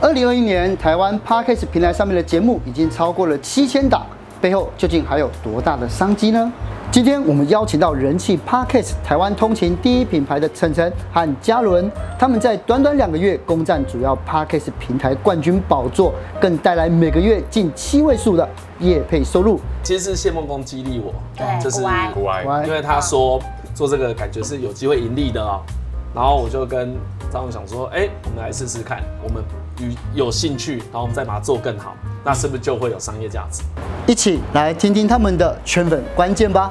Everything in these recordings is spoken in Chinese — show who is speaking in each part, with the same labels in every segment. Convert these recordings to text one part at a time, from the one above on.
Speaker 1: 二零二一年台湾 Podcast 平台上面的节目已经超过了七千档，背后究竟还有多大的商机呢？今天我们邀请到人气 Podcast 台湾通勤第一品牌的晨晨和嘉伦，他们在短短两个月攻占主要 Podcast 平台冠军宝座，更带来每个月近七位数的业配收入。
Speaker 2: 其实是谢梦工激励我，
Speaker 3: 对
Speaker 2: 就是
Speaker 3: 古埃
Speaker 4: 古埃，
Speaker 1: 哇
Speaker 2: 因为他说做这个感觉是有机会盈利的哦、然后我就跟张总想说，哎、我们来试试看，我们有有兴趣，然后我们再把它做更好，那是不是就会有商业价值？
Speaker 1: 一起来听听他们的圈粉关键吧。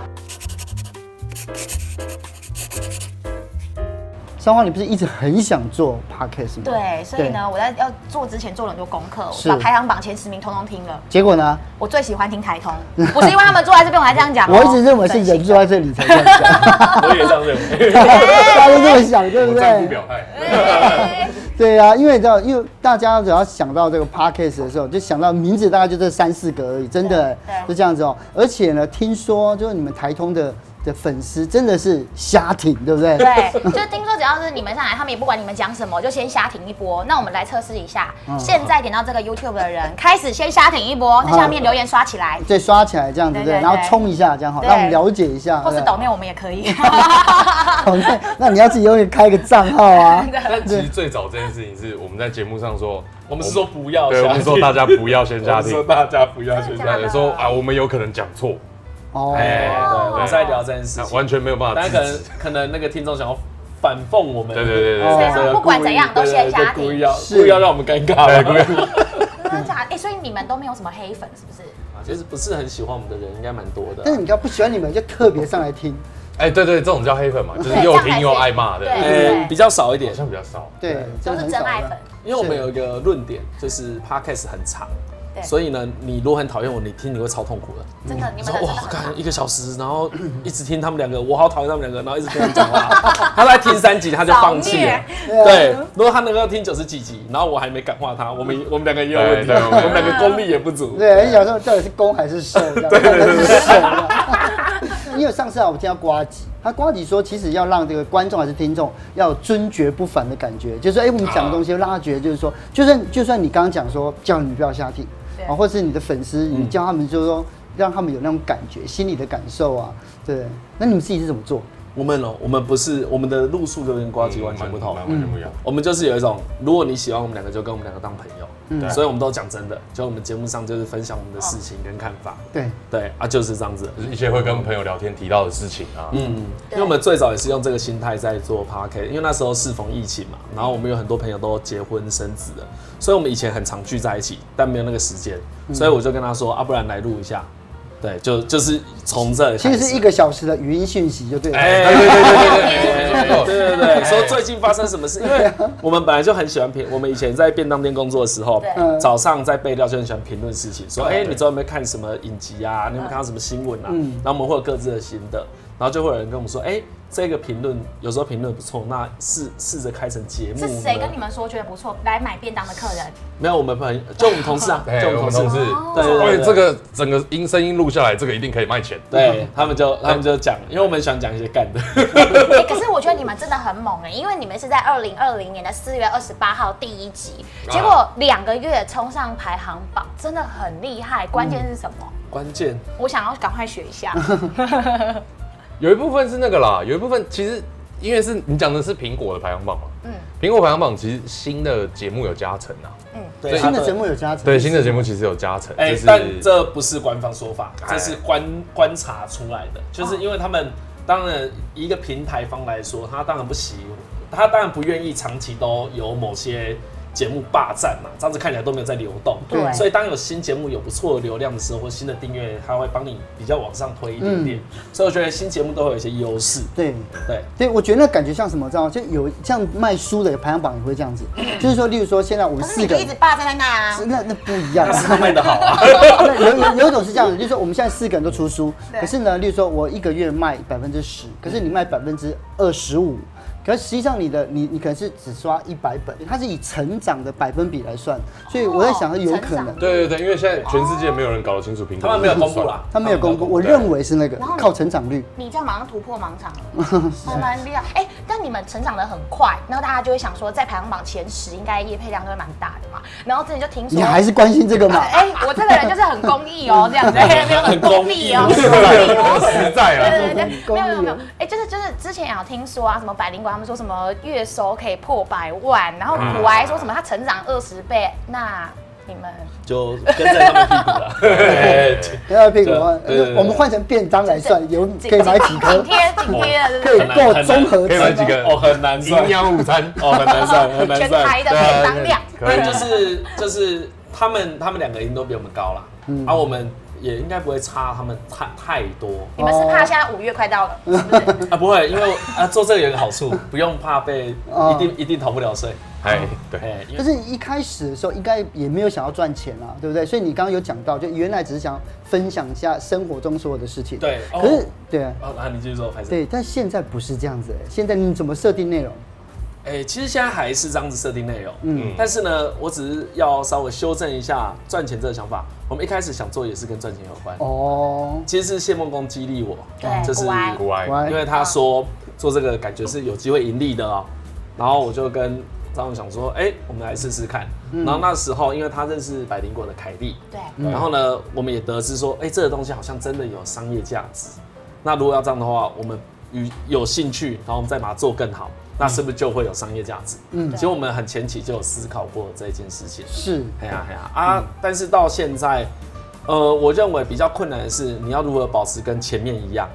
Speaker 1: 三花，你不是一直很想做 podcast 吗？
Speaker 3: 对，所以呢，我在要做之前做了很多功课，
Speaker 1: 是
Speaker 3: 我把排行榜前十名通通听了。
Speaker 1: 结果呢？
Speaker 3: 我最喜欢听台 通，不是因为他们坐在这边我才这样讲哦、
Speaker 1: 我一直认为是人坐在这里才这样讲，
Speaker 4: 我也这样认为，
Speaker 1: 大家都这么想，对不
Speaker 4: 我暂
Speaker 1: 对？
Speaker 4: 不表态。
Speaker 3: 对。
Speaker 1: 对啊，因为你知道，因为大家只要想到这个 podcast 的时候，就想到名字大概就这三四个而已，真的
Speaker 3: 对对
Speaker 1: 就这样子哦。而且呢，听说就是你们台通的的粉丝真的是瞎挺，对不对？
Speaker 3: 对，就是听说只要是你们上来，他们也不管你们讲什么，就先瞎停一波。那我们来测试一下，
Speaker 1: 嗯
Speaker 3: 现在点到这个 YouTube 的人，开始先瞎停一波，在下面留言刷起来，
Speaker 1: 对，刷起来这样子，对
Speaker 3: 对
Speaker 1: 不对，
Speaker 3: 对
Speaker 1: 然后
Speaker 3: 对
Speaker 1: 冲一下这样好，
Speaker 3: 对
Speaker 1: 让我们了解一下。
Speaker 3: 或
Speaker 1: 对
Speaker 3: 是
Speaker 1: 不对
Speaker 3: 抖内我们也可以。
Speaker 1: 嗯 哦，那那你要自己永远开个账号 啊。
Speaker 4: 但其实最早这件事情是我们在节目上说，
Speaker 2: 我们是说不要
Speaker 4: 对，我
Speaker 2: 下
Speaker 4: 们说
Speaker 2: 定
Speaker 4: 大家不要先我下们定
Speaker 2: 说，大家不要去
Speaker 3: 真的假
Speaker 2: 下
Speaker 3: 的
Speaker 2: 定
Speaker 4: 对，说啊，我们有可能讲错，
Speaker 1: 哦，
Speaker 4: 哎，
Speaker 2: 对，我
Speaker 4: 对
Speaker 2: 们在聊这件事
Speaker 4: 那
Speaker 2: 情，
Speaker 4: 完全没有办法
Speaker 2: 但
Speaker 4: 制
Speaker 2: 可能
Speaker 4: 止。
Speaker 2: 可能那个听众想要反讽我们，
Speaker 4: 对对对
Speaker 1: 哦
Speaker 4: 对
Speaker 3: 所以
Speaker 2: 这
Speaker 3: 说
Speaker 2: 个
Speaker 3: 不管
Speaker 2: 故意
Speaker 3: 怎样都
Speaker 2: 对
Speaker 3: 先
Speaker 2: 对对
Speaker 3: 瞎
Speaker 2: 故意啊
Speaker 3: 停。
Speaker 2: 要
Speaker 1: 是
Speaker 2: 故意要让我们尴尬，
Speaker 4: 对故意
Speaker 3: 真的假的？哎，所以你们都没有什么黑粉是不是？
Speaker 2: 啊其实不是很喜欢我们的人应该蛮多的啊
Speaker 1: 但，是你要不喜欢你们，就特别上来听。
Speaker 4: 哎，对对，这种叫黑粉嘛，就是
Speaker 3: 对
Speaker 4: 又
Speaker 3: 这样
Speaker 4: 听
Speaker 3: 才
Speaker 4: 又
Speaker 3: 是
Speaker 4: 爱骂的，
Speaker 3: 对
Speaker 4: 好
Speaker 2: 呃，比较少一点，
Speaker 4: 像比较少。
Speaker 1: 对，这
Speaker 3: 都
Speaker 1: 样
Speaker 3: 是
Speaker 1: 很
Speaker 3: 真
Speaker 1: 少啊
Speaker 3: 爱
Speaker 1: 的
Speaker 3: 粉。
Speaker 2: 因为我们有一个论点，就是 podcast 很长，
Speaker 3: 对
Speaker 2: 所以呢，你如果很讨厌我，你听你会超痛苦的。
Speaker 3: 真的，你
Speaker 2: 你
Speaker 3: 们
Speaker 2: 说
Speaker 3: 的真的
Speaker 2: 哇，
Speaker 3: 很棒
Speaker 2: 看一个小时，然后一直听他们两个，我好讨厌他们两个，然后一直听他们讲话。他在听三集他就放弃了
Speaker 3: 造。
Speaker 1: 虐
Speaker 2: 对，如果他能够听九十几集，然后我还没感化他，我们我们两个也有问题，
Speaker 4: 对对
Speaker 2: 我
Speaker 4: 对
Speaker 2: 们两个功力也不足。
Speaker 1: 对，很想说到底是攻还 是受，这样到底是受这样。 因为上次啊，我听到瓜吉，他瓜吉说，其实要让这个观众还是听众要有尊爵不凡的感觉，就是说哎、我们讲的东西让他觉得就是说，就算就算你刚刚讲说叫你不要下听
Speaker 3: 对
Speaker 1: 啊，或是你的粉丝，
Speaker 4: 嗯
Speaker 1: 你叫他们就是说让他们有那种感觉，心里的感受啊，对。那你们自己是怎么做？
Speaker 2: 我们哦，我们不是我们的路数就跟瓜吉完全不同
Speaker 4: 嗯蛮，完全不一样。
Speaker 2: 我们就是有一种，如果你喜欢我们两个，就跟我们两个当朋友。
Speaker 1: 嗯
Speaker 2: 嗯，所以我们都讲真的，就我们节目上就是分享我们的事情跟看法。
Speaker 1: 对，
Speaker 2: 对啊，就是这样子。
Speaker 4: 就是一些会跟朋友聊天提到的事情啊，
Speaker 2: 嗯，因为我们最早也是用这个心态在做 p a r k 因为那时候适逢疫情嘛，然后我们有很多朋友都结婚生子了，所以我们以前很常聚在一起，但没有那个时间，
Speaker 1: 嗯
Speaker 2: 所以我就跟他说，啊，不然来录一下，对，就就是从这里
Speaker 1: 其
Speaker 2: 开
Speaker 1: 实
Speaker 2: 始
Speaker 1: 是一，个小时的语音讯息就对了。
Speaker 2: 哎，对对对对对对对对，说最近发生什么事，因为我们本来就很喜欢评，我们以前在便当店工作的时候
Speaker 3: 对，
Speaker 1: 嗯
Speaker 2: 早上在备料就很喜欢评论事情，说哎、你昨天有没有看什么影集啊？你有没有看到什么新闻啊？
Speaker 1: 嗯
Speaker 2: 然后我们会有各自的心得，然后就会有人跟我们说，哎、这个评论有时候评论不错，那试试着开成节目呢。
Speaker 3: 是谁跟你们说觉得不错来买便当的客人？
Speaker 2: 没有，我们朋友就我们同事啊，就
Speaker 4: 对，我们同事，
Speaker 2: 对对对
Speaker 4: 关于
Speaker 2: 对
Speaker 4: 这个整个音声音录下来，这个一定可以卖钱。
Speaker 2: 对他们就他们就讲，因为我们喜欢讲一些干的。
Speaker 3: 哎可是我觉得你们真的很猛哎、因为你们是在二零二零年的四月二十八号第一集，
Speaker 1: 嗯
Speaker 3: 结果两个月冲上排行榜，真的很厉害。关键是什么？
Speaker 2: 关键
Speaker 3: 我想要赶快学 一下。
Speaker 4: 有一部分是那个啦，有一部分其实因为是你讲的是苹果的排行榜嘛，
Speaker 3: 嗯
Speaker 4: 嗯，苹果排行榜其实新的节目有加成啊，
Speaker 2: 对
Speaker 1: 新
Speaker 2: 他
Speaker 1: 的
Speaker 2: 们
Speaker 1: 节目有加成。
Speaker 4: 对，新的节目其实有加成，
Speaker 2: 哎、
Speaker 4: 就是
Speaker 2: 但这不是官方说法，
Speaker 4: 哎
Speaker 2: 这是观观察出来的，就是因为他们当然一个平台方来说，他当然不喜，他当然不愿意长期都有某些节目霸占嘛，这样子看起来都没有在流动。
Speaker 1: 对
Speaker 2: 所以当有新节目有不错的流量的时候，或新的订阅，他会帮你比较往上推一点点。
Speaker 1: 嗯
Speaker 2: 所以我觉得新节目都会有一些优势。
Speaker 1: 对。
Speaker 2: 对，
Speaker 1: 对，我觉得那感觉像什么，知道吗？就有像卖书的排行榜也会这样子，就是说，例如说现在我们
Speaker 3: 可是
Speaker 1: 四
Speaker 3: 你
Speaker 1: 个
Speaker 3: 就一直霸占在那啊
Speaker 1: 是，那那不一样
Speaker 2: 但。是他卖的好 啊。
Speaker 1: 那有有有一种是这样的，就是说我们现在四个人都出书，可是呢，例如说我一个月卖百分之十，可是你卖百分之二十五，可是实际上你的你你可能是只刷一百本，它是以成长的百分比来算，所以我在想有可能
Speaker 3: 哦成长
Speaker 4: 对对对，因为现在全世界没有人搞得清楚苹果，
Speaker 2: 他们没有公布啦，
Speaker 1: 他没有公布，我
Speaker 4: 对
Speaker 1: 认为是那个
Speaker 3: 然后你
Speaker 1: 靠成长率。
Speaker 3: 你这样马上突破盲场 了，还蛮厉害。哎、但你们成长的很快，然后大家就会想说，在排行榜前十，应该业配量都会蛮大的嘛。然后这里就听说，
Speaker 1: 你还是关心这个嘛？
Speaker 3: 哎、我这个人就是很公益哦，这样子，哎没有很功利哦，
Speaker 4: 对对对，实在啊，
Speaker 3: 对对对，
Speaker 1: 公
Speaker 3: 没
Speaker 1: 益
Speaker 3: 有没有没有
Speaker 1: 哦，
Speaker 3: 哎，就是就是之前也有听说啊，什么百灵果他们说什么月收可以破百万，然后古癌说什么他成长二十倍，那你们
Speaker 2: 就跟在他们屁股啊了。 对
Speaker 1: 不要屁股啊！
Speaker 2: 对对对对
Speaker 1: 我们换成便当来算，有可以买几
Speaker 3: 紧
Speaker 1: 颗，
Speaker 3: 贴紧贴的，
Speaker 1: 可以
Speaker 3: 对不
Speaker 1: 够综合
Speaker 4: 可以买
Speaker 1: 吃
Speaker 4: 几
Speaker 1: 吗。
Speaker 4: 个
Speaker 2: 哦，很难算
Speaker 4: 营，养午餐，
Speaker 2: 哦，很难算，很
Speaker 3: 对？
Speaker 2: 难
Speaker 3: 全
Speaker 2: 算。
Speaker 3: 台的配当量，
Speaker 4: 可以
Speaker 2: 但就是就是他们他们两个音都比我们高啦，
Speaker 1: 嗯
Speaker 2: 而、我们也应该不会差他们太太多
Speaker 3: 你们是
Speaker 1: 哦
Speaker 3: 怕现在五月快到了，是不是？
Speaker 2: 啊，不会，因为啊做这个有一个好处， 不用怕被
Speaker 1: 哦
Speaker 2: 一定一定逃不了税，
Speaker 4: 哎，对，
Speaker 2: 哎，因
Speaker 1: 就
Speaker 2: 为
Speaker 1: 是你一开始的时候，应该也没有想要赚钱啊，对不对？所以你刚刚有讲到，就原来只是想分享一下生活中所有的事情。
Speaker 2: 对哦
Speaker 1: 可是对啊
Speaker 2: 啊，啊你继续说，拍摄。
Speaker 1: 对，但现在不是这样子欸。现在你怎么设定内容？
Speaker 2: 哎、其实现在还是这样子设定内容，
Speaker 1: 嗯
Speaker 2: 嗯，但是呢，我只是要稍微修正一下赚钱这个想法。我们一开始想做也是跟赚钱有关，
Speaker 1: 哦，
Speaker 2: 其实是谢梦工激励我，
Speaker 3: 对
Speaker 2: 就是
Speaker 3: 国安
Speaker 4: 国外
Speaker 1: 我
Speaker 2: 因为他说做这个感觉是有机会盈利的哦、然后我就跟张勇想说，哎、我们来试试看。然后那时候，因为他认识百灵果的凯莉，
Speaker 3: 对，
Speaker 2: 然后呢，我们也得知说，哎、这个东西好像真的有商业价值。那如果要这样的话，我们与有兴趣，然后我们再把它做更好，那是不是就会有商业价值？
Speaker 1: 嗯
Speaker 2: 嗯，其实我们很前期就有思考过这一件事情。
Speaker 1: 是
Speaker 2: 哎呀哎呀啊！但是到现在，呃，我认为比较困难的是，你要如何保持跟前面一样，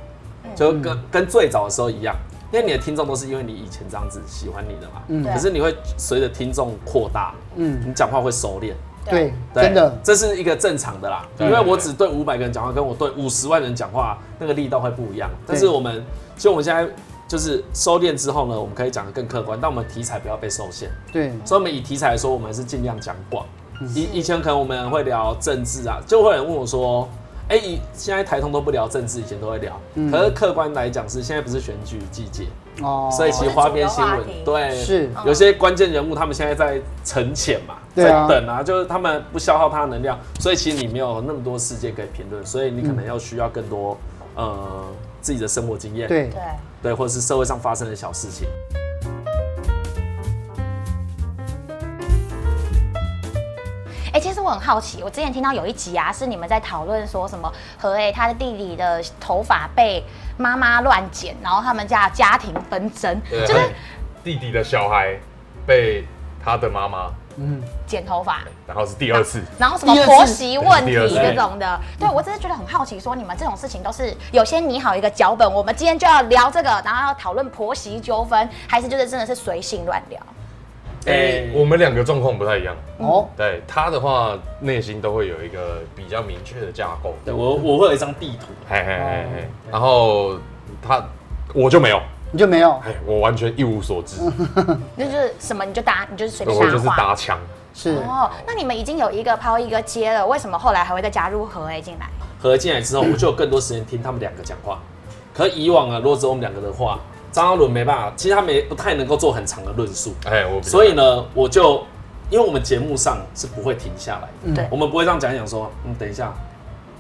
Speaker 2: 就跟、
Speaker 1: 嗯
Speaker 2: 跟最早的时候一样，因为你的听众都是因为你以前这样子喜欢你的嘛，
Speaker 1: 嗯
Speaker 3: 啊
Speaker 2: 可是你会随着听众扩大，
Speaker 1: 嗯
Speaker 2: 嗯，你讲话会收敛，
Speaker 1: 对
Speaker 3: 对，
Speaker 2: 对
Speaker 1: 真的
Speaker 2: 这是一个正常的啦，
Speaker 4: 对
Speaker 2: 因为我只对五百个人讲话，跟我对五十万人讲话，那个力道会不一样。但是我们，其实我们现在就是收敛之后呢，我们可以讲得更客观，但我们题材不要被受限。
Speaker 1: 对
Speaker 2: 所以我们以题材来说，我们还是尽量讲广。
Speaker 1: 嗯
Speaker 2: 以以前可能我们会聊政治啊，就会有人问我说：“哎、以现在台通都不聊政治，以前都会聊。
Speaker 1: 嗯
Speaker 2: 可是客观来讲是现在不是选举季节，
Speaker 1: 哦，
Speaker 2: 所以其实花边新
Speaker 3: 是
Speaker 2: 闻
Speaker 3: 主流话题嗯
Speaker 2: 对
Speaker 1: 是
Speaker 2: 有些关键人物他们现在在沉潜嘛，
Speaker 1: 对啊
Speaker 2: 在等啊，就是他们不消耗他的能量，所以其实你没有那么多事件可以评论，所以你可
Speaker 1: 嗯
Speaker 2: 能要需要更多呃自己的生活经验，
Speaker 1: 对
Speaker 3: 对，
Speaker 2: 对，或者是社会上发生的小事情。
Speaker 3: 哎、其实我很好奇，我之前听到有一集啊，是你们在讨论说什么何诶他的弟弟的头发被妈妈乱剪，然后他们家家庭纷争，
Speaker 4: 对
Speaker 3: 就是
Speaker 4: 弟弟的小孩被他的妈妈，
Speaker 3: 剪头发，
Speaker 4: 然后是第二次，
Speaker 3: 然后什么
Speaker 1: 第二次
Speaker 3: 婆媳问题
Speaker 4: 第二次
Speaker 3: 这种的。对我真的觉得很好奇，说你们这种事情都是有些拟好一个脚本，我们今天就要聊这个，然后要讨论婆媳纠纷，还是就是真的是随性乱聊？
Speaker 4: 哎，我们两个状况不太一样。
Speaker 1: 哦，
Speaker 4: 对他的话，内心都会有一个比较明确的架构。
Speaker 2: 对我我会有一张地图，
Speaker 4: 嘿嘿嘿嘿，然后他我就没有，
Speaker 1: 你就没有
Speaker 4: 哎，我完全一无所知，
Speaker 3: 嗯那就是什么你就搭，你就是随便
Speaker 4: 我就是
Speaker 3: 搭话。
Speaker 4: 搭腔。
Speaker 1: 是
Speaker 3: 哦，那你们已经有一个抛一个接了，为什么后来还会再加入何 A 进来？
Speaker 2: 合进来之后，我就有更多时间听他们两个讲话。可以往啊，如果只有我们两个的话，张嘉伦没办法，其实他们也不太能够做很长的论述。
Speaker 4: 哎，我比较
Speaker 2: 所以呢，我就因为我们节目上是不会停下来的，
Speaker 3: 对
Speaker 2: 我们不会这样讲一讲说，嗯，等一下，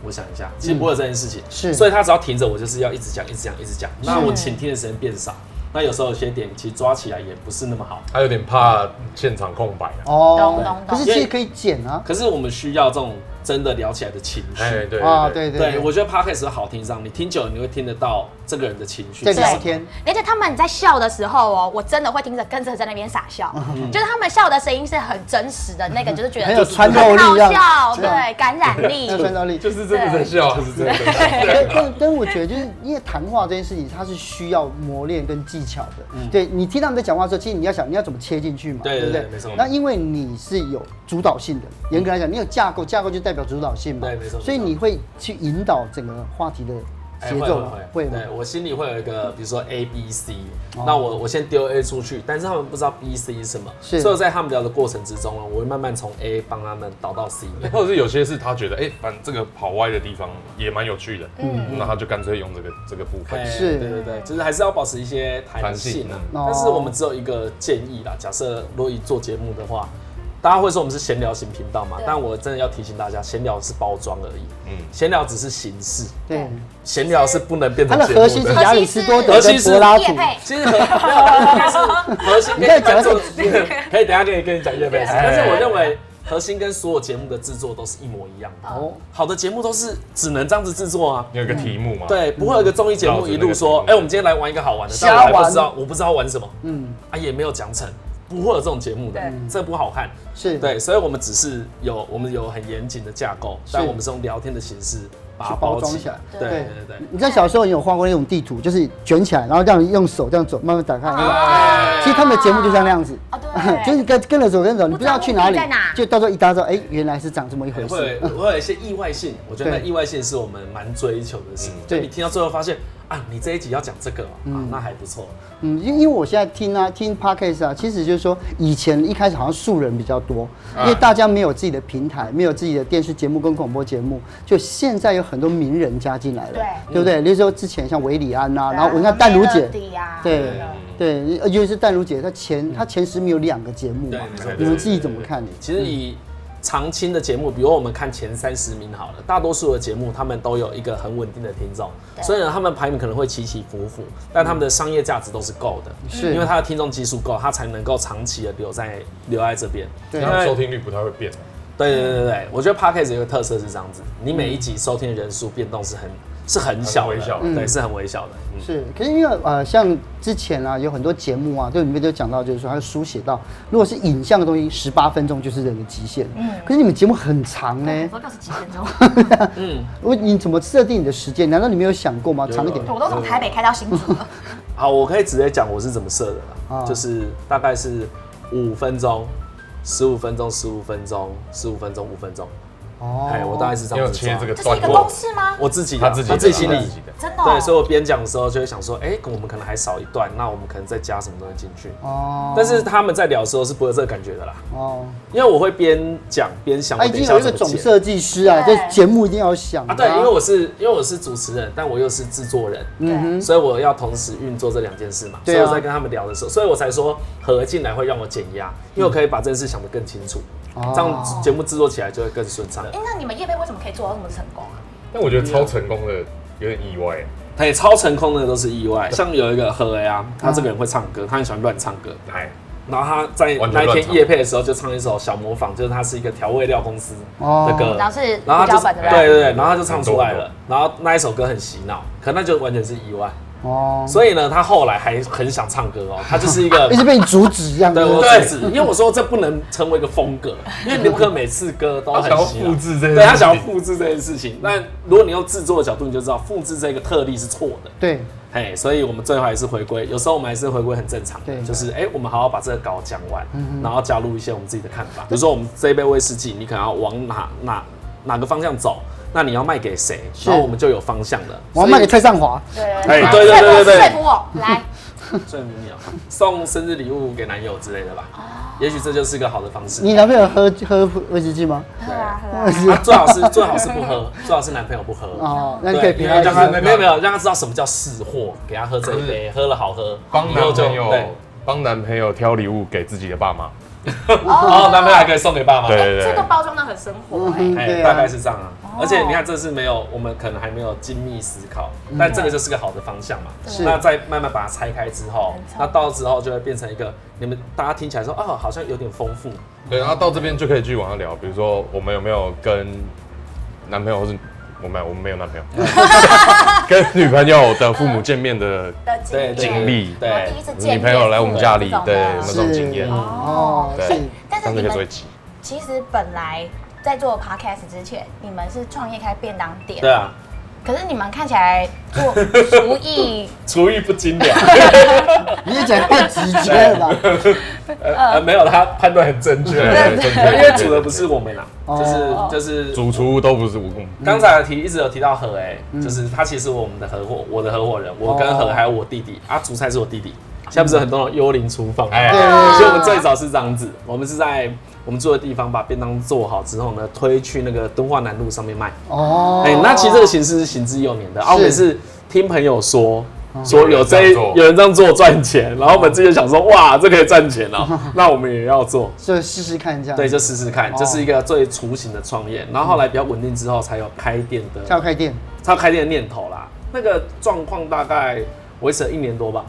Speaker 2: 我想一下，其实不会有这件事情。
Speaker 1: 是
Speaker 2: 所以他只要停着，我就是要一直讲，一直讲，一直讲。那我倾听的时间变少，那有时候有些点其实抓起来也不是那么好。
Speaker 4: 他有点怕现场空白啊。
Speaker 3: 懂
Speaker 1: 哦
Speaker 3: 懂，
Speaker 1: 可是
Speaker 2: 懂
Speaker 1: 其实可以剪啊，
Speaker 2: 可是我们需要这种真的聊起来的情绪。
Speaker 4: 哎，对
Speaker 1: 啊，
Speaker 3: 哦
Speaker 4: 对
Speaker 1: 对
Speaker 4: 对，
Speaker 1: 对
Speaker 2: 对，我觉得 podcast 的好听上，你听久了你会听得到这个人的情绪
Speaker 1: 在
Speaker 2: 是什么。
Speaker 1: 聊天，
Speaker 3: 而且他们在笑的时候哦，我真的会听着跟着在那边傻笑，
Speaker 1: 嗯
Speaker 3: 就是他们笑的声音是很真实的，那个就是觉得
Speaker 1: 很有穿透
Speaker 3: 很
Speaker 1: 力
Speaker 3: 好
Speaker 1: 这样
Speaker 3: 笑，
Speaker 1: 是吧
Speaker 3: 对，感染力
Speaker 1: 那。穿透力。
Speaker 4: 就是真的在笑，就是真的在 笑。
Speaker 1: 但但但我觉得，就是因为谈话这件事情，它是需要磨练跟技巧的。对你听他们在讲话的时候，其实你要想你要怎么切进去嘛，
Speaker 2: 嗯对
Speaker 1: 不
Speaker 2: 对对没错
Speaker 1: 那因为你是有主导性的，严格来讲，你有架构，架构就代表主导性嘛。
Speaker 2: 对没错
Speaker 1: 所以
Speaker 2: 没错
Speaker 1: 你会去引导整个话题的
Speaker 2: 哎
Speaker 1: 节
Speaker 2: 会
Speaker 1: 奏
Speaker 2: 会
Speaker 1: 会吗哦
Speaker 2: 对？我心里会有一个，比如说 A、B、C，、那我我先丢 A 出去，但是他们不知道 B、C 是什么，
Speaker 1: 是
Speaker 2: 所以我在他们聊的过程之中呢，我会慢慢从 A 帮他们导到 C。
Speaker 4: 或者是有些是他觉得，哎、反正这个跑歪的地方也蛮有趣的，嗯，那他就干脆用这个这个部分
Speaker 2: 哎。
Speaker 1: 是
Speaker 2: 对对对，就是还是要保持一些弹性啊
Speaker 4: 弹性。
Speaker 1: 嗯
Speaker 2: 但是我们只有一个建议啦，假设如果以做节目的话，大家会说我们是闲聊型频道嘛
Speaker 3: 对，
Speaker 2: 但我真的要提醒大家，闲聊是包装而已，
Speaker 4: 嗯
Speaker 2: 嗯，闲聊只是形式，
Speaker 1: 对，
Speaker 2: 闲聊是不能变
Speaker 1: 它的
Speaker 2: 成节
Speaker 1: 核心
Speaker 2: 目
Speaker 1: 是
Speaker 2: 的。
Speaker 1: 亚里士多德
Speaker 2: 核
Speaker 1: 跟
Speaker 2: 心是
Speaker 1: 柏拉图
Speaker 3: 叶，配
Speaker 2: 其实核没有应该是核心
Speaker 1: 你在
Speaker 2: 跟
Speaker 1: 讲
Speaker 2: 观
Speaker 1: 这
Speaker 2: 众
Speaker 1: 个
Speaker 2: 可以等一下可以跟你讲乐配，
Speaker 4: 哎
Speaker 2: 但是我认为核心跟所有节目的制作都是一模一样的，
Speaker 1: 哦，
Speaker 2: 好的节目都是只能这样子制作啊。
Speaker 4: 你有个题目嘛？，
Speaker 2: 对，不会有一个综艺节目一路说，哎、我们今天来玩一个好玩的，但
Speaker 1: 瞎
Speaker 2: 我还
Speaker 1: 玩
Speaker 2: 不知道，我不知道玩什么，
Speaker 1: 嗯，
Speaker 2: 啊，也没有讲成，不会有这种节目的
Speaker 3: 对，
Speaker 2: 这不好看。
Speaker 1: 是，
Speaker 2: 对，所以我们只是有我们有很严谨的架构，但我们是用聊天的形式把它
Speaker 1: 去包
Speaker 2: 包
Speaker 1: 装
Speaker 2: 起
Speaker 1: 起来
Speaker 2: 对
Speaker 3: 对
Speaker 2: 对对对
Speaker 1: 你在小时候你有画过那种地图，就是卷起来，然后这样用手这样走，慢慢打开。那个
Speaker 2: 哎
Speaker 1: 其实他们的节目就像那样子，
Speaker 3: 哦对
Speaker 1: 就是跟跟着走跟着走，你不
Speaker 3: 不
Speaker 1: 知
Speaker 3: 知
Speaker 1: 道
Speaker 3: 道
Speaker 1: 去哪里
Speaker 3: 目的在哪，
Speaker 1: 就到时候一搭到，哎，原来是长这 么一回
Speaker 2: 会
Speaker 1: 事。
Speaker 2: 有会有一些意外性，我觉得那
Speaker 1: 对
Speaker 2: 意外性是我们蛮追求的事。
Speaker 1: 对
Speaker 2: 就你听到最后发现啊，你这一集要讲这个哦啊，那还不错。
Speaker 1: 嗯，因因为我现在听啊听 podcast 啊，其实就是说以前一开始好像素人比较多，
Speaker 2: 嗯
Speaker 1: 因为大家没有自己的平台，没有自己的电视节目跟广播节目，就现在有很多名人加进来了，
Speaker 3: 对
Speaker 1: 不
Speaker 2: 嗯
Speaker 1: 对？例如说之前像韦礼安呐、
Speaker 3: 对啊
Speaker 1: 然后我看淡如姐。
Speaker 3: Melody 啊
Speaker 1: 对
Speaker 3: 嗯
Speaker 1: 对，呃尤其是淡如姐，她前她前十名有两个节目嘛
Speaker 2: 嗯对嗯没错，
Speaker 1: 你们自己怎么看？
Speaker 2: 其实以常青的节目，比如我们看前三十名好了，大多数的节目他们都有一个很稳定的听众，
Speaker 3: 对
Speaker 2: 所以呢，他们排名可能会起起伏伏，但他们的商业价值都是够的，
Speaker 1: 嗯是
Speaker 2: 因为他的听众基数够，他才能够长期的留在留在这边。
Speaker 1: 对
Speaker 2: 因
Speaker 4: 然后收
Speaker 2: 为
Speaker 4: 听率不太会变。
Speaker 2: 对对对对，我觉得 podcast 有一个特色是这样子，你每
Speaker 1: 嗯
Speaker 2: 一集收听的人数变动是很是很小的，
Speaker 4: 很微小
Speaker 2: 对，是很微小的。嗯
Speaker 1: 是，可是因为呃，像之前啊，有很多节目啊，就里面就讲到，就是说它书写到，如果是影像的东西，十八分钟就是人的极限。嗯，可是你们节目很长呢，
Speaker 3: 我都是几点钟，
Speaker 1: 我你怎么设定你的时间？难道你没有想过吗？
Speaker 2: 有
Speaker 1: 长一点
Speaker 2: 有
Speaker 3: 我都从台北开到新竹 了。
Speaker 2: 好，我可以直接讲我是怎么设的啦，
Speaker 1: 啊
Speaker 2: 就是大概是五分钟、十五分钟、十五分钟、十五分钟、五分钟。
Speaker 1: 哦
Speaker 2: 哎，我大概是这
Speaker 4: 要
Speaker 2: 样子抓。
Speaker 4: 切这个
Speaker 3: 这是
Speaker 4: 段
Speaker 3: 一个
Speaker 4: 落
Speaker 3: 公，式吗？
Speaker 2: 我自己啊
Speaker 4: 他自己
Speaker 2: 他自己心里
Speaker 4: 他自己的
Speaker 3: 真的哦
Speaker 2: 对，所以我边讲的时候就会想说，哎，我们可能还少一段，那我们可能再加什么东西进去。
Speaker 1: 哦
Speaker 2: 但是他们在聊的时候是不会有这个感觉的啦，
Speaker 1: 哦，
Speaker 2: 因为我会边讲边想，
Speaker 1: 他啊
Speaker 2: 我
Speaker 1: 已
Speaker 2: 等一
Speaker 1: 经
Speaker 2: 下
Speaker 1: 有一
Speaker 2: 要
Speaker 1: 个
Speaker 2: 怎
Speaker 1: 总
Speaker 2: 么剪。
Speaker 1: 设计师啊，这
Speaker 3: 对
Speaker 1: 节目一定要想
Speaker 2: 啊，对，因为我是因为我是主持人，但我又是制作人，
Speaker 1: 嗯
Speaker 3: 对
Speaker 2: 所以我要同时运作这两件事嘛。
Speaker 1: 对啊
Speaker 2: 所以我在跟他们聊的时候，所以我才说合进来会让我减压，因为我可以把这件事想得更清楚，
Speaker 1: 嗯哦
Speaker 2: 这样节目制作起来就会更顺畅。
Speaker 3: 哎，那你们叶配为什么可以做到这么成功啊？
Speaker 4: 但我觉得超成功的有点意外。
Speaker 2: 哎，超成功的都是意外，像有一个何为
Speaker 1: 嗯
Speaker 2: 啊，他这个人会唱歌，他很喜欢乱唱歌。
Speaker 4: 哎，
Speaker 2: 然后他在
Speaker 4: 完全
Speaker 2: 那一
Speaker 4: 乱
Speaker 2: 天
Speaker 4: 唱
Speaker 2: 夜配的时候就唱一首《小模仿》，就是他是一个调味料公司
Speaker 1: 哦
Speaker 2: 的歌，
Speaker 3: 然后是胡
Speaker 2: 呃然后他
Speaker 3: 椒
Speaker 2: 就
Speaker 3: 粉
Speaker 2: 对
Speaker 3: 对不
Speaker 2: 对
Speaker 3: 对？
Speaker 2: 对，然后他就唱出来了
Speaker 4: 很，
Speaker 2: 然后那一首歌很洗脑，可那就完全是意外。
Speaker 1: 哦，
Speaker 2: 所以呢，他后来还很想唱歌哦，他就是一 个
Speaker 1: 一直被你阻止一样，
Speaker 2: 对
Speaker 1: 不
Speaker 2: 我制止，因为我说这不能成为一个 风格，因为刘克每次歌都
Speaker 4: 他
Speaker 2: 很
Speaker 4: 想要
Speaker 2: 洗脑
Speaker 4: 复制这个，
Speaker 2: 对他想要复制这件事情。但如果你用制作的角度，你就知道复制这个特例是错的。
Speaker 1: 对
Speaker 2: 哎，所以我们最后还是回归，有时候我们还是回归很正常
Speaker 1: 对嗯
Speaker 2: 的，就是哎、我们好好把这个稿讲完，然后加入一些我们自己的看法。比如说我们这一杯威士忌，你可能要往哪哪哪个方向走，那你要卖给谁，
Speaker 1: 是
Speaker 2: 然后我们就有方向了。
Speaker 1: 我要卖给蔡尚华，
Speaker 3: 对
Speaker 2: 哎
Speaker 4: 哎
Speaker 2: 对对对对对
Speaker 3: 说服我， 来，
Speaker 2: 所以你要送生日礼物给男友之类的吧，
Speaker 1: 哦
Speaker 2: 也许这就是一个好的方式。
Speaker 1: 你男朋友喝喝威士忌吗？
Speaker 3: 喝啊喝啊。
Speaker 2: 啊，最好是最好是不喝，最好是男朋友不喝。
Speaker 1: 哦，那
Speaker 2: 对，
Speaker 1: 你可以
Speaker 2: 因
Speaker 1: 平
Speaker 2: 为
Speaker 1: 安
Speaker 2: 让他
Speaker 4: 就是那个
Speaker 2: 没有没有让他知道什么叫识货，给他喝这一杯，喝了好喝，
Speaker 4: 帮
Speaker 2: 以后
Speaker 4: 男
Speaker 2: 就
Speaker 4: 朋
Speaker 2: 对
Speaker 4: 友。帮男朋友挑礼物给自己的爸妈。
Speaker 2: 哦，男朋友还可以送给爸妈。
Speaker 4: 对
Speaker 3: 这个包装的很生活哎。
Speaker 1: 嗯
Speaker 2: 哎、
Speaker 1: 对啊哦
Speaker 2: 大概是这样啊。而且你看，这是没有，我们可能还没有精密思考，但这个就是个好的方向嘛。
Speaker 1: 嗯是
Speaker 2: 那再慢慢把它拆开之后
Speaker 3: 没错，
Speaker 2: 那到时候就会变成一个你们大家听起来说，哦，好像有点丰富，
Speaker 4: 对，然后到这边就可以继续往下聊，比如说我们有没有跟男朋友，或是我们我们没有男 朋友， 跟女朋友的父母见面
Speaker 1: 嗯
Speaker 4: 的
Speaker 3: 的经
Speaker 2: 对对
Speaker 3: 验，
Speaker 4: 经历，
Speaker 2: 对
Speaker 3: 第一次见
Speaker 4: 女朋友来我们家里，对，有
Speaker 3: 面
Speaker 4: 那
Speaker 3: 是
Speaker 4: 种经验
Speaker 1: 是，
Speaker 3: 哦
Speaker 1: 哦，
Speaker 4: 对
Speaker 1: 是
Speaker 3: 但是
Speaker 4: 上次
Speaker 3: 你
Speaker 4: 可以做一
Speaker 3: 们
Speaker 4: 起。
Speaker 3: 其实本来在做 podcast 之前，你们是创业开便当店，
Speaker 2: 对啊，
Speaker 3: 可是你们看起来做厨艺，
Speaker 2: 厨艺不精良，
Speaker 1: 你也讲太直接了吧？
Speaker 2: 呃，呃没有，他判断很正确，
Speaker 4: 对
Speaker 2: 因
Speaker 4: 对对
Speaker 2: 为煮的不是我们啦，
Speaker 1: 哦
Speaker 2: 就是就是
Speaker 4: 主厨都不是我们，
Speaker 2: 刚才有提一直有提到何哎、
Speaker 1: 嗯
Speaker 2: 就是他其实我们的合伙，我的合
Speaker 1: 哦
Speaker 2: 伙人，我跟何还有我弟弟、啊，煮菜是我弟弟。现在不是有很多那种幽灵厨房吗，
Speaker 4: 哎
Speaker 2: 哎，
Speaker 4: 对对
Speaker 1: 对
Speaker 2: 所以我们最早是这样子，我们是在我们住的地方把便当做好之后呢，推去那个敦化南路上面卖。
Speaker 1: 哦，
Speaker 2: 哎、那其实这个形式是行之有年的啊。
Speaker 1: 是哦
Speaker 2: 我们是听朋友说，说有
Speaker 4: 有
Speaker 2: 这
Speaker 4: 人这样做
Speaker 2: 有人这样做赚钱，然后我们自己想说，哇，这可以赚 钱哦、那我们也要做。
Speaker 1: 就试试看这样。
Speaker 2: 对，就试试看，
Speaker 1: 哦
Speaker 2: 这是一个最雏形的创业。然后后来比较稳定之后，才有开店
Speaker 1: 要
Speaker 2: 的，
Speaker 1: 开店，
Speaker 2: 才有开店的念头啦。那个状况大概维持了一年多吧，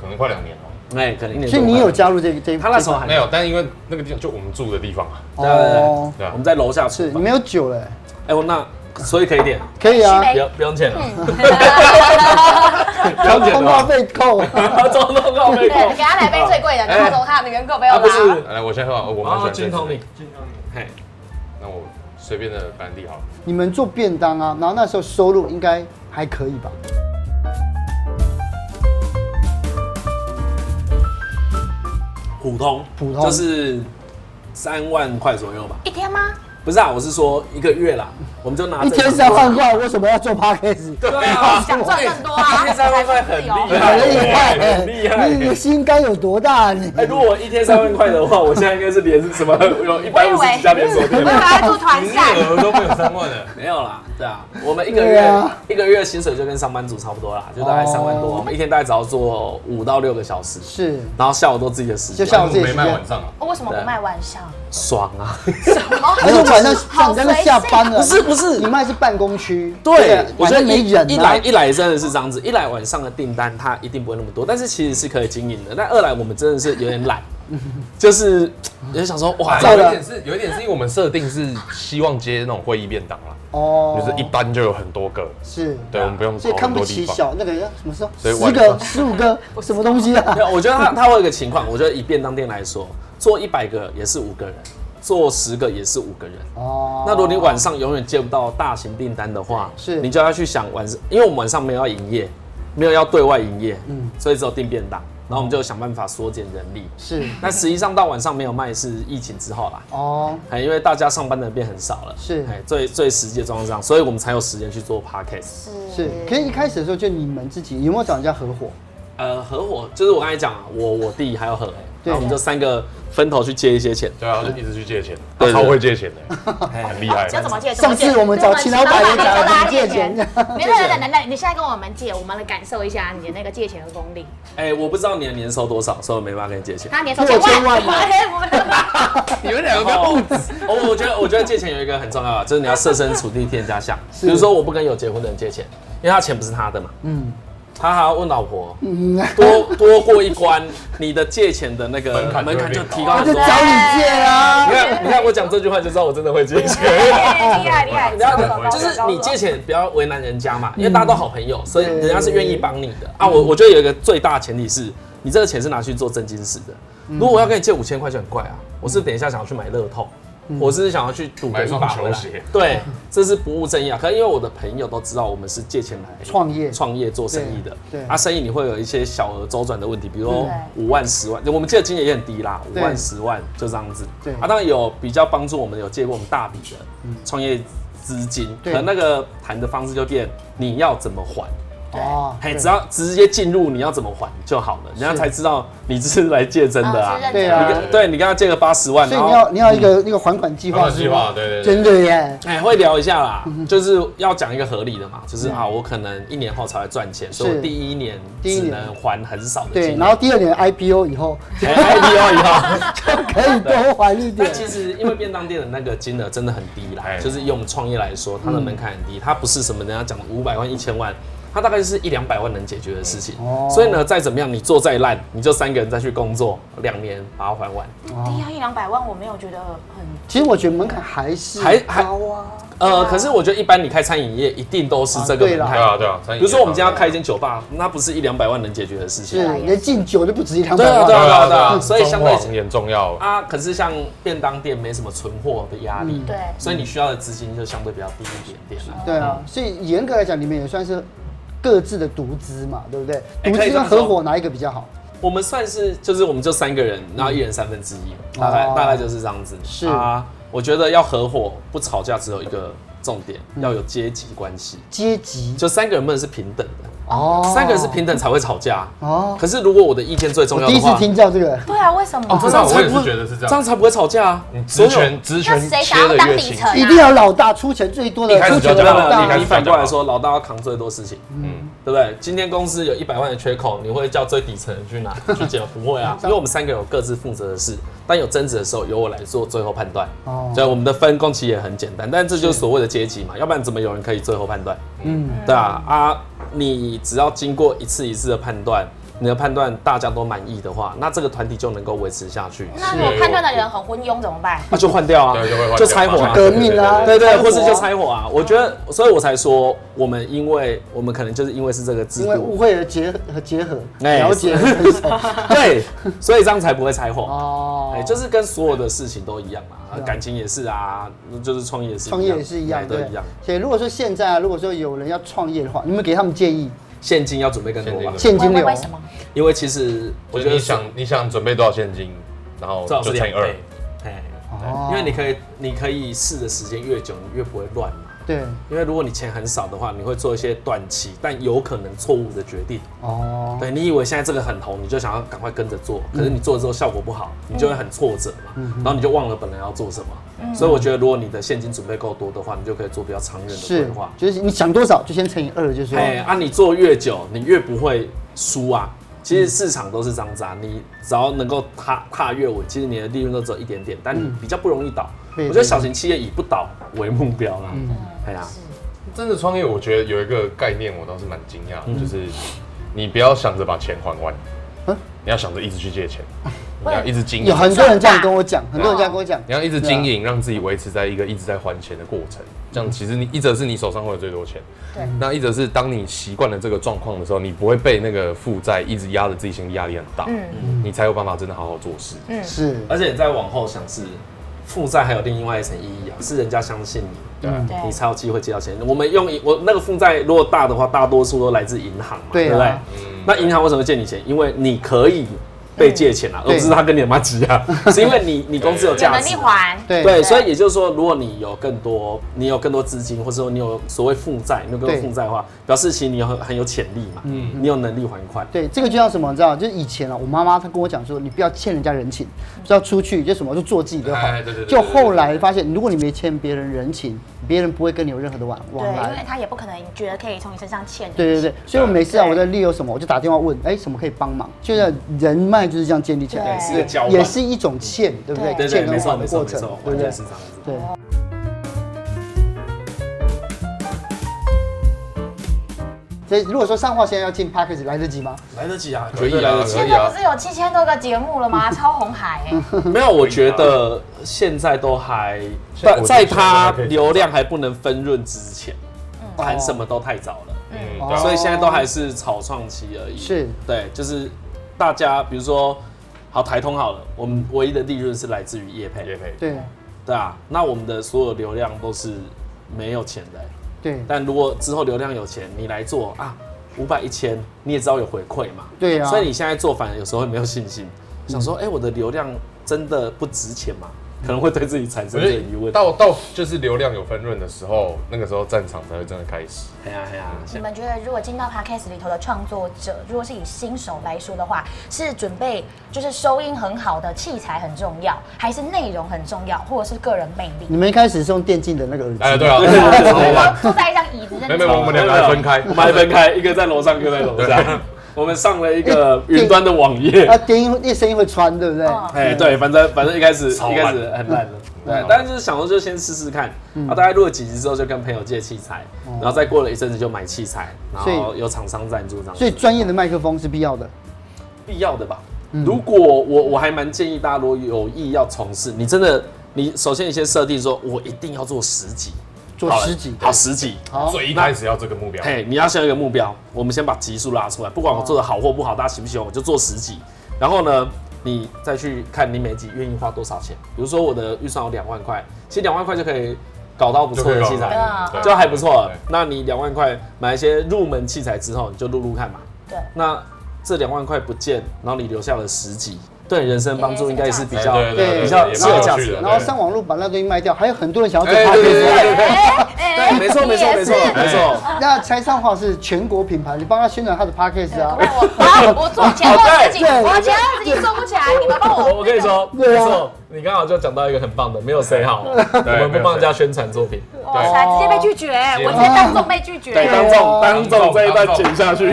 Speaker 4: 可能快两年了。
Speaker 2: 哎，可能一年
Speaker 1: 嗯
Speaker 2: 多。
Speaker 1: 所以你有？加入这个这一
Speaker 2: 他那时候还
Speaker 4: 没有，但因为那个地方就我们住的地方啊，
Speaker 2: 对对对
Speaker 1: 哦，
Speaker 4: 对
Speaker 2: 我
Speaker 4: 啊
Speaker 2: 们，在楼下厨
Speaker 1: 是
Speaker 2: 房。
Speaker 1: 没有酒了，
Speaker 2: 哎，我那所以可以点，
Speaker 4: 哎
Speaker 1: 可以啊
Speaker 3: 是，没
Speaker 2: 不要不用钱了，
Speaker 4: 嗯
Speaker 2: 不用钱
Speaker 1: 通告
Speaker 2: 了。
Speaker 1: 费扣。
Speaker 2: 中通告费
Speaker 3: 对，
Speaker 2: 够。
Speaker 3: 给他来杯最贵的，然后从他的原购杯
Speaker 2: 哎啊，
Speaker 3: 我
Speaker 2: 不是
Speaker 3: 拿。
Speaker 4: 来我先喝完，啊我蛮喜
Speaker 2: 哦，
Speaker 4: 欢
Speaker 2: 军
Speaker 4: 这
Speaker 2: 统
Speaker 4: 支
Speaker 2: 领
Speaker 4: 的，，
Speaker 2: 军统领，嘿，
Speaker 4: 那我随便的白兰地好了。
Speaker 1: 你们做便当啊，然后那时候收入应该还可以吧？
Speaker 2: 普通，
Speaker 1: 普通
Speaker 2: 就是三万块左右吧。
Speaker 3: 一天吗？
Speaker 2: 不是啊，我是说一个月啦，我们就拿
Speaker 1: 一
Speaker 2: 这
Speaker 1: 天
Speaker 2: 个
Speaker 1: 三万块，为什么要做 podcast？
Speaker 2: 啊对啊，
Speaker 3: 想赚更多
Speaker 2: 一
Speaker 3: 啊！
Speaker 2: 天三万块很厉害
Speaker 1: 很厉害欸，
Speaker 2: 很厉害
Speaker 1: 你的心该有多大啊你？
Speaker 2: 哎、如果我一天三万块的话，我现在应该是连 什么有一百五十几家连锁
Speaker 3: 我以
Speaker 2: 店
Speaker 3: 为
Speaker 2: 了。
Speaker 3: 他做团
Speaker 4: 营
Speaker 3: 扇
Speaker 2: 嗯
Speaker 4: 业，额都没有三万了，
Speaker 2: 没有啦，对啊，我们一个
Speaker 1: 对
Speaker 2: 月、
Speaker 1: 啊
Speaker 2: 一个月薪水就跟上班族差不多啦，就大概三万多。
Speaker 1: 哦
Speaker 2: 我们一天大概只要做五到六个小时，
Speaker 1: 是
Speaker 2: 然后下午都自己的时间，
Speaker 1: 就下午自己
Speaker 4: 没卖晚 上啊，
Speaker 3: 哦为什么不卖晚上？
Speaker 2: 爽啊！
Speaker 3: 什么？
Speaker 1: 还是晚上
Speaker 3: 好哎
Speaker 1: 你在那下班了？
Speaker 2: 不是不是
Speaker 1: 你卖是办公区，
Speaker 2: 对，我
Speaker 1: 晚
Speaker 2: 觉得
Speaker 1: 上没
Speaker 2: 一
Speaker 1: 人
Speaker 2: 一
Speaker 1: 啊
Speaker 2: 来。一来真的是这样子，一来晚上的订单它一定不会那么多，但是其实是可以经营的。但二来我们真的是有点懒，就是也想说哇，
Speaker 1: 照
Speaker 4: 有
Speaker 1: 了
Speaker 4: 一点是有一点是因为我们设定是希望接那种会议便当啦，
Speaker 1: 哦
Speaker 4: 就是一般就有很多个，
Speaker 1: 是，
Speaker 4: 对，我们不用
Speaker 1: 所以
Speaker 4: 跑
Speaker 1: 看
Speaker 4: 很
Speaker 1: 不
Speaker 4: 多
Speaker 1: 起
Speaker 4: 地方。
Speaker 1: 小那个什么时候
Speaker 4: 所以
Speaker 1: 十
Speaker 4: 晚
Speaker 1: 个、
Speaker 4: 上
Speaker 1: 十五个，什么东西
Speaker 2: 没有，
Speaker 1: 啊？
Speaker 2: 我觉得它它会有一个情况，我觉得以便当店来说，做一百个也是五个人，做十个也是五个人。
Speaker 1: 哦
Speaker 2: 那如果你晚上永远接不到大型订单的话，
Speaker 1: 是
Speaker 2: 你就要去想晚上，因为我们晚上没有要营业，没有要对外营业，嗯，所以只有订便当，然后我们就想办法缩减人力。
Speaker 1: 是
Speaker 2: 但实际上到晚上没有卖是疫情之后啦，
Speaker 1: 哦，
Speaker 2: 哎，因为大家上班的人变很少了，
Speaker 1: 是
Speaker 2: 哎，最最实际的状况是这样，所以我们才有时间去做 podcast。
Speaker 1: 是。可是一开始的时候就你们自己有没有找人家合伙？
Speaker 2: 呃，合伙就是我刚才讲啊，我我弟还有何哎，
Speaker 1: 对
Speaker 2: 然后我们就三个分头去借一些钱，
Speaker 4: 对啊，就一直去借钱，他
Speaker 2: 对对
Speaker 4: 超会借钱的，很厉害。
Speaker 3: 要怎么借？
Speaker 1: 上次我们找秦老板也讲了怎么借钱
Speaker 3: 没有没有没有，等等，你现在跟我们借，我们来感受一下你的那个借钱的功力。
Speaker 2: 哎、我不知道你的年收多少，所以我没办法跟你借钱。
Speaker 3: 他年收千
Speaker 1: 千万
Speaker 3: 万， 我
Speaker 4: 你们两
Speaker 2: 哦，我我觉得我觉得借钱有一个很重要的，就是你要设身处地替人家想。比如说，我不跟有结婚的人借钱，因为他钱不是他的嘛，
Speaker 1: 嗯，
Speaker 2: 他还要问老婆，
Speaker 4: 嗯
Speaker 2: 多多过一关，你的借钱的那
Speaker 4: 门
Speaker 2: 个
Speaker 4: 槛就会
Speaker 2: 门槛就
Speaker 4: 变高
Speaker 2: 提高
Speaker 1: 我
Speaker 2: 很
Speaker 1: 就
Speaker 2: 多
Speaker 1: 找。你借啊啦
Speaker 2: 你。看，你看我讲这句话就知道我真的会借钱。
Speaker 3: 哎厉害厉害，
Speaker 2: 你要就是你借钱不要为难人家嘛，因为大家都好朋友，所以人家是愿意帮你的啊。我我觉得有一个最大的前提是你这个钱是拿去做正经事的。如果我要跟你借五千块就很怪啊，我是等一下想要去买乐透，我是想要去赌个
Speaker 4: 买
Speaker 2: 一
Speaker 4: 双
Speaker 2: 把回来
Speaker 4: 球鞋。
Speaker 2: 对，这是不务正业啊。可能因为我的朋友都知道我们是借钱来
Speaker 1: 创业
Speaker 2: 创业做生意的，
Speaker 1: 对对
Speaker 2: 啊，生意你会有一些小额周转的问题，比如说
Speaker 3: 对
Speaker 2: 五万、十万，我们借的金额也很低啦，五
Speaker 1: 对
Speaker 2: 万、十万就这样子。
Speaker 1: 对
Speaker 2: 啊，当然有比较帮助我们有借过我们大笔的创业资金，
Speaker 1: 嗯对
Speaker 2: 可能那个谈的方式就变你要怎么还，
Speaker 1: 哦，
Speaker 2: 嘿，
Speaker 1: 对
Speaker 2: 只要直接进入你要怎么还就好了，人家才知道你这是来借真
Speaker 3: 哦
Speaker 2: 的啊。
Speaker 1: 对
Speaker 2: 你
Speaker 1: 啊
Speaker 2: 跟对你跟他借个八十万，
Speaker 1: 所以
Speaker 2: 然
Speaker 1: 你
Speaker 2: 后
Speaker 1: 要你要一个那个还款计
Speaker 4: 计划
Speaker 1: 划
Speaker 4: 计
Speaker 1: 是
Speaker 4: 划，
Speaker 1: 吗？
Speaker 4: 对对对，
Speaker 1: 真的耶，
Speaker 2: 哎，会聊一下
Speaker 1: 嗯
Speaker 2: 啦，就是要讲一个合理的嘛，就是啊，我可能一年后才会赚钱，所以我第一年
Speaker 1: 第一
Speaker 2: 只
Speaker 1: 年
Speaker 2: 能还很少的
Speaker 1: 对。
Speaker 2: 金
Speaker 1: 然
Speaker 2: 额
Speaker 1: 后。第二年 IPO 以 后
Speaker 2: 哎，IPO 以 后，
Speaker 1: 可以多还一点
Speaker 2: 但。其实因为便当店的那个金额真的很低啦，
Speaker 4: 哎
Speaker 2: 就是用创业来说，它的门槛很低，它不是什么人家讲的五百万、一千万，它大概是一两百万能解决的事情。
Speaker 1: 哦
Speaker 2: 所以呢，再怎么样，你做再烂，你就三个人再去工作两年把它还完。
Speaker 1: 哦
Speaker 3: 低要一两百万，我没有觉得很
Speaker 1: 其实我觉得门槛还是
Speaker 2: 还还
Speaker 1: 高啊，
Speaker 2: 呃，可是我觉得一般你开餐饮业一定都是这个
Speaker 1: 啊对
Speaker 2: 门
Speaker 1: 啦
Speaker 4: 对
Speaker 2: 槛。
Speaker 4: 啊对啊，餐饮
Speaker 2: 比如说我们今天要开一
Speaker 4: 业
Speaker 2: 间酒吧，那不是一两百万能解决的事
Speaker 1: 是
Speaker 2: 情。
Speaker 3: 啊也
Speaker 1: 你的敬酒就不止一两
Speaker 2: 对
Speaker 1: 百
Speaker 2: 啊
Speaker 1: 万，
Speaker 2: 对
Speaker 4: 对
Speaker 2: 啊
Speaker 4: 啊
Speaker 2: 对
Speaker 4: 对
Speaker 2: 啊
Speaker 4: 啊，
Speaker 2: 所以相对
Speaker 4: 装潢也很重要。
Speaker 2: 啊，可是像便当店没什么存货的压力，
Speaker 1: 嗯
Speaker 3: 对
Speaker 2: 所以你需要的资金就相对比较低一点点啦。
Speaker 1: 对啊，所以严格来讲，你们也算是各自的独资嘛，对不对？
Speaker 2: 哎
Speaker 1: 独
Speaker 2: 可以
Speaker 1: 资
Speaker 2: 这
Speaker 1: 跟
Speaker 2: 么说
Speaker 1: 合伙哪一个比较好？
Speaker 2: 我们算是就是我们就三个人，然后一人三分之一，大概、
Speaker 1: 哦
Speaker 2: 大概就是这样子。
Speaker 1: 是
Speaker 2: 啊，我觉得要合伙不吵架只有一个重点，要有阶级关系，
Speaker 1: 阶级
Speaker 2: 就三个人不能是平等的，
Speaker 1: 嗯哦
Speaker 2: 三个人是平等才会吵架。
Speaker 1: 哦，
Speaker 2: 可是如果我的意见最重
Speaker 1: 我
Speaker 2: 要
Speaker 1: 第
Speaker 2: 的
Speaker 1: 一次
Speaker 2: 话，
Speaker 1: 听到这个，
Speaker 3: 对啊，为
Speaker 1: 哦
Speaker 3: 什么？
Speaker 4: 这样我也是觉得是这样
Speaker 2: 这样才不会吵架啊
Speaker 4: 你。
Speaker 2: 所
Speaker 4: 职
Speaker 2: 有
Speaker 4: 权职
Speaker 3: 那
Speaker 4: 权
Speaker 3: 谁想
Speaker 4: 切
Speaker 3: 要
Speaker 4: 的
Speaker 3: 当
Speaker 4: 越
Speaker 3: 底
Speaker 4: 清，
Speaker 3: 层啊？
Speaker 1: 一定要老大出钱最多的，
Speaker 4: 一开
Speaker 1: 出
Speaker 4: 始
Speaker 1: 钱
Speaker 4: 就
Speaker 1: 的
Speaker 4: 这样
Speaker 1: 老
Speaker 4: 了
Speaker 1: 大
Speaker 2: 那
Speaker 4: 开
Speaker 2: 你
Speaker 4: 始
Speaker 2: 反过来说，老大要扛最多事情，
Speaker 4: 嗯，
Speaker 2: 对不对？今天公司有一百万的缺口，你会叫最底层的去 拿去捡？不会啊，因为我们三个有各自负责的事，但有争执的时候由我来做最后判断。
Speaker 1: 哦
Speaker 2: 所以我们的分工其实也很简单，但这就是所谓的阶级嘛，要不然怎么有人可以最后判断？
Speaker 1: 嗯，
Speaker 2: 对啊，啊，你只要经过一次一次的判断，你的判断大家都满意的话，那这个团体就能够维持下去。
Speaker 3: 那如果判断的人很昏庸怎么办？
Speaker 2: 那就换掉啊
Speaker 4: 对就会换，掉
Speaker 2: 就拆伙啊，
Speaker 1: 革命啊，
Speaker 2: 对对，
Speaker 1: 开火
Speaker 2: 或是就拆伙啊。我觉得，所以我才说，我们因为我们可能就是因为是这个制
Speaker 1: 因为误
Speaker 2: 度，
Speaker 1: 会而结合结合，
Speaker 2: 哎
Speaker 1: 了解和分手
Speaker 2: 对，所以这样才不会拆伙。
Speaker 1: 哦
Speaker 2: 哎，就是跟所有的事情都一样嘛，啊感情也是啊，就是创业也是一样，
Speaker 1: 创业也是一样，
Speaker 2: 哎都
Speaker 1: 对
Speaker 2: 一样。。
Speaker 1: 所以如果说现在啊，如果说有人要创业的话，你们给他们建议，
Speaker 2: 现金要准备更多吧
Speaker 4: 现，
Speaker 1: 现金
Speaker 3: 为
Speaker 1: 流啊
Speaker 3: 为什么？
Speaker 2: 因为其实我
Speaker 4: 我觉
Speaker 2: 觉
Speaker 4: 得
Speaker 2: 得
Speaker 4: 你想你想准备多少现金，然后
Speaker 2: 最好是
Speaker 4: 就乘以
Speaker 2: 两
Speaker 4: 二
Speaker 2: 倍，，哎，
Speaker 1: 哦
Speaker 2: 对因为你可以你可以试的时间越久，你越不会乱嘛。
Speaker 1: 对
Speaker 2: 因为如果你钱很少的话，你会做一些短期但有可能错误的决定。
Speaker 1: 哦，
Speaker 2: 对你以为现在这个很红，你就想要赶快跟着做，可是你做了之后效果不好，你就会很挫折嘛，
Speaker 1: 嗯
Speaker 2: 然后你就忘了本来要做什么。所以我觉得，如果你的现金准备够多的话，你就可以做比较长远的规
Speaker 1: 是
Speaker 2: 划，。
Speaker 1: 就是你想多少就先乘以二，就是
Speaker 2: 哎，啊，你做越久，你越不会输啊。其
Speaker 1: 嗯
Speaker 2: 实市场都是这样子啊，你只要能够踏踏越稳，其实你的利润都只有一点点，但你比较不容易倒。
Speaker 1: 嗯对嗯
Speaker 2: 我觉得小型企业以不倒为目标啦。哎呀，
Speaker 4: 真的创业，我觉得有一个概念，我倒是蛮惊讶的，就是你不要想着把钱还完
Speaker 1: 嗯，
Speaker 4: 你要想着一直去借钱，你要一直经营
Speaker 1: 有，很多人这样跟我
Speaker 2: 哎
Speaker 1: 讲，很多人这样跟我讲，
Speaker 4: 你要一直经营，让自己维持在一个一直在还钱的过程。这样其实你一则是你手上会有最多钱，
Speaker 3: 对，
Speaker 4: 那一则是当你习惯了这个状况的时候，你不会被那个负债一直压着自己，心理压力很大，你才有办法真的好好做事。
Speaker 1: 是
Speaker 2: 而且你再往后想是，负债还有另外一层意义啊，是人家相信你。
Speaker 4: 对啊，
Speaker 1: 嗯
Speaker 3: 对
Speaker 2: 你才有机会借到钱。我们用一我那个负债如果大的话，大多数都来自银行嘛，
Speaker 1: 对啊
Speaker 2: 不对？那银行为什么借你钱？因为你可以被借钱啊，而不是他跟你妈急啊，是因为你你公司有
Speaker 3: 有
Speaker 2: 价
Speaker 3: 能
Speaker 2: 值
Speaker 3: 力
Speaker 2: 啊。
Speaker 3: 还，
Speaker 1: 对
Speaker 2: 对，所以也就是说，如果你有更多，你有更多资金，或者说你有所谓负债，你有更多
Speaker 1: 对
Speaker 2: 负债的话，表示其实你有很很有潜力嘛，你有能力还款。
Speaker 1: 对，这个就像什么，你知道？就是以前啊，我妈妈她跟我讲说，你不要欠人家人情，不要出去就什么就做自己就好
Speaker 4: 哎对对。对
Speaker 1: 就后来发现，如果你没欠别人人情，别人不会跟你有任何的往往
Speaker 3: 对，因为
Speaker 1: 来。
Speaker 3: 他也不可能觉得可以从你身上欠人
Speaker 1: 对对
Speaker 3: 情
Speaker 1: 对，所以我每次啊，我在利用什么，我就打电话问，哎，什么可以帮忙？就是人脉就是这样建立起来，
Speaker 3: 对是
Speaker 2: 一个交换
Speaker 1: 也是一种欠，对不
Speaker 3: 对
Speaker 1: 对？
Speaker 2: 对对，
Speaker 1: 欠
Speaker 2: 没
Speaker 1: 跟
Speaker 2: 错
Speaker 1: 还的
Speaker 2: 没错
Speaker 1: 过
Speaker 2: 没
Speaker 1: 程
Speaker 2: 错，，
Speaker 1: 对
Speaker 2: 完
Speaker 1: 不对
Speaker 2: 全是？这样子。
Speaker 1: 对。所以如果说上话现在要进 p a c k a g e 来得及吗？
Speaker 2: 来得及啊，
Speaker 4: 可
Speaker 2: 绝
Speaker 4: 以啊
Speaker 2: 对来得及
Speaker 4: 可以
Speaker 3: 现在不是有七千多个节目了 吗？超红海欸，
Speaker 2: 没有，我觉得现在都还
Speaker 4: 啊现在
Speaker 2: 在
Speaker 4: 我
Speaker 2: 在
Speaker 4: 觉得
Speaker 2: 它
Speaker 4: 还可以
Speaker 2: 流量还不能分润之前，谈什么都太早了，
Speaker 4: 嗯，
Speaker 1: 哦
Speaker 4: 对啊
Speaker 2: 所以现在都还是草创期而已。
Speaker 1: 是，
Speaker 2: 对，就是大家比如说，好台通好了，我们唯一的利润是来自于业
Speaker 4: 也
Speaker 2: 配，
Speaker 4: 可以。
Speaker 1: 对
Speaker 2: 对啊，那我们的所有流量都是没有钱的欸、
Speaker 1: 对
Speaker 2: 但如果之后流量有钱，你来做啊，五百一千，你也知道有回馈嘛。
Speaker 1: 对啊嗯
Speaker 2: 所以你现在做，反而有时候会没有信心，想说，哎、我的流量真的不值钱吗？可能会对自己产
Speaker 4: 我
Speaker 2: 生
Speaker 4: 觉
Speaker 2: 这个疑
Speaker 4: 得
Speaker 2: 问。
Speaker 4: 到到就是流量有分润的时候，那个时候战场才会真的开始。
Speaker 2: 哎呀哎呀，
Speaker 3: 你
Speaker 2: 现在
Speaker 3: 们觉得如果进到 podcast 里头的创作者，如果是以新手来说的话，是准备就是收音很好的器材很重要，还是内容很重要，或者是个人魅力？
Speaker 1: 你们一开始是用电竞的那个耳机，
Speaker 4: 哎，对啊，
Speaker 2: 对
Speaker 4: 对啊
Speaker 2: 对
Speaker 3: 我要坐在一张椅子在那
Speaker 4: 没
Speaker 3: 边
Speaker 4: 没，我们两个还分开，
Speaker 2: 我们还分开，一个在楼上，一个在楼下。我们上了一个云端的网 页
Speaker 1: 啊，，电音那声音会穿，对不对？
Speaker 3: 嗯
Speaker 2: 哎，对，反正反正一开始
Speaker 4: 超
Speaker 2: 一
Speaker 4: 烂
Speaker 1: 嗯
Speaker 2: 开始很烂的，对，但是就是想说就先试试看，啊，大概录了几集之后就跟朋友借器材，然后再过了一阵子就买器材，然
Speaker 1: 哦所以
Speaker 2: 后有厂商赞助这样子，
Speaker 1: 所以专业的麦克风是必要的。
Speaker 2: 必要的吧。
Speaker 1: 嗯
Speaker 2: 如果我我还蛮建议大家，如果有意要从事，你真的，你首先你先设定说，我一定要做十集，
Speaker 1: 做
Speaker 2: 好了
Speaker 1: 十集
Speaker 2: 好十集，
Speaker 1: 好
Speaker 4: 最一开始要这个目标，
Speaker 2: 嘿，你要先有一个目标，我们先把集数拉出来，不
Speaker 1: 哦
Speaker 2: 管我做的好或不好，大家喜不喜欢，我就做十集。然后呢，你再去看你每集愿意花多少钱。比如说我的预算有两万块，其实两万块就可以搞到不
Speaker 4: 就
Speaker 2: 错
Speaker 4: 可以
Speaker 2: 的
Speaker 4: 搞
Speaker 2: 器
Speaker 4: 了
Speaker 2: 材，
Speaker 4: 对
Speaker 2: 就还不错啊了
Speaker 4: 对。
Speaker 2: 那你两万块买一些入门器材之后，你就录录看嘛。
Speaker 3: 对，
Speaker 2: 那这两万块不见，然后你留下了十集，对你人生帮助应该是比
Speaker 4: 对
Speaker 2: 较。
Speaker 4: 对
Speaker 1: 对
Speaker 4: 对，
Speaker 1: 比
Speaker 2: 较
Speaker 4: 也
Speaker 2: 是
Speaker 4: 蛮
Speaker 2: 有
Speaker 4: 有
Speaker 2: 价
Speaker 4: 趣
Speaker 2: 值
Speaker 4: 的
Speaker 2: 的
Speaker 1: 然后上网路把那东西卖掉，还有很多人想要做
Speaker 4: 哎对对
Speaker 1: podcast。
Speaker 4: 对对对，
Speaker 3: 哎
Speaker 1: 哎
Speaker 2: 对，没错，没错，没错，没错。
Speaker 1: 那拆上话是全国品牌，你帮他宣传他的 podcast 啊
Speaker 3: 我。我我做前后事情，
Speaker 1: 对
Speaker 3: 我前后事情做不起来，你们帮
Speaker 2: 我
Speaker 3: 我。
Speaker 2: 我跟你说，没
Speaker 1: 对啊
Speaker 2: 错，你刚好就讲到一个很棒的，没有谁 好，我们不帮人家宣传作品。
Speaker 3: 哇塞，直接被拒绝，我直接当众被拒绝。
Speaker 2: 对，当众当众这一段剪下 去，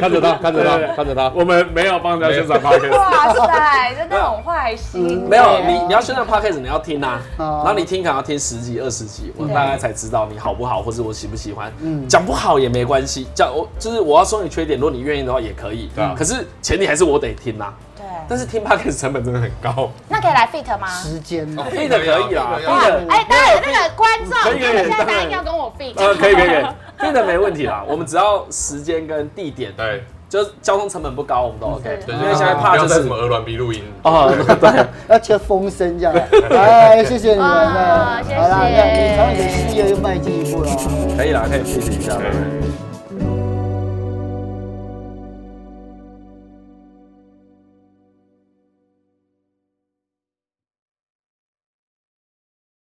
Speaker 4: 看着他，看着他，看着他，
Speaker 2: 我们没有帮人家宣传 podcast。
Speaker 3: 哇塞，真的很坏心。
Speaker 2: 没有，你你要宣传 podcast，你要听啊，
Speaker 1: 哦
Speaker 2: 然后你听可能要听十集、二十集，我大概才知道你好不好，或者我喜不喜欢。讲不好也没关系，讲我就是我要说你缺点，如果你愿意的话也可以。
Speaker 4: 啊
Speaker 2: 可是前提还是我得听啊。
Speaker 3: 对，
Speaker 2: 但是听 podcast 成本真的很 高，
Speaker 3: 那可以来 fit 吗？
Speaker 1: 时间哦呢？
Speaker 2: 听的可以啦，听
Speaker 3: 哇
Speaker 2: 的，
Speaker 3: 哎，当然有那个观众，他
Speaker 2: 可以
Speaker 3: 们
Speaker 2: 可以
Speaker 3: 现在
Speaker 2: 当
Speaker 3: 答
Speaker 2: 然
Speaker 3: 应要跟我 fit。
Speaker 2: 呃，可以可以可以，听的没问题啦。我们只要时间跟地点，
Speaker 4: 对，
Speaker 2: 就是交通成本不高，我们都 OK。
Speaker 4: 对
Speaker 2: 因为现在怕就
Speaker 4: 不要在什
Speaker 2: 是
Speaker 4: 么鹅銮鼻录音，
Speaker 2: 哦，对，
Speaker 1: 要切风声这样。 哎，谢谢你们。
Speaker 3: 啊哇谢谢
Speaker 1: 好啦，那你朝你的事业又迈进一步了。
Speaker 2: 可以啦，可以 fit 一下。
Speaker 4: 对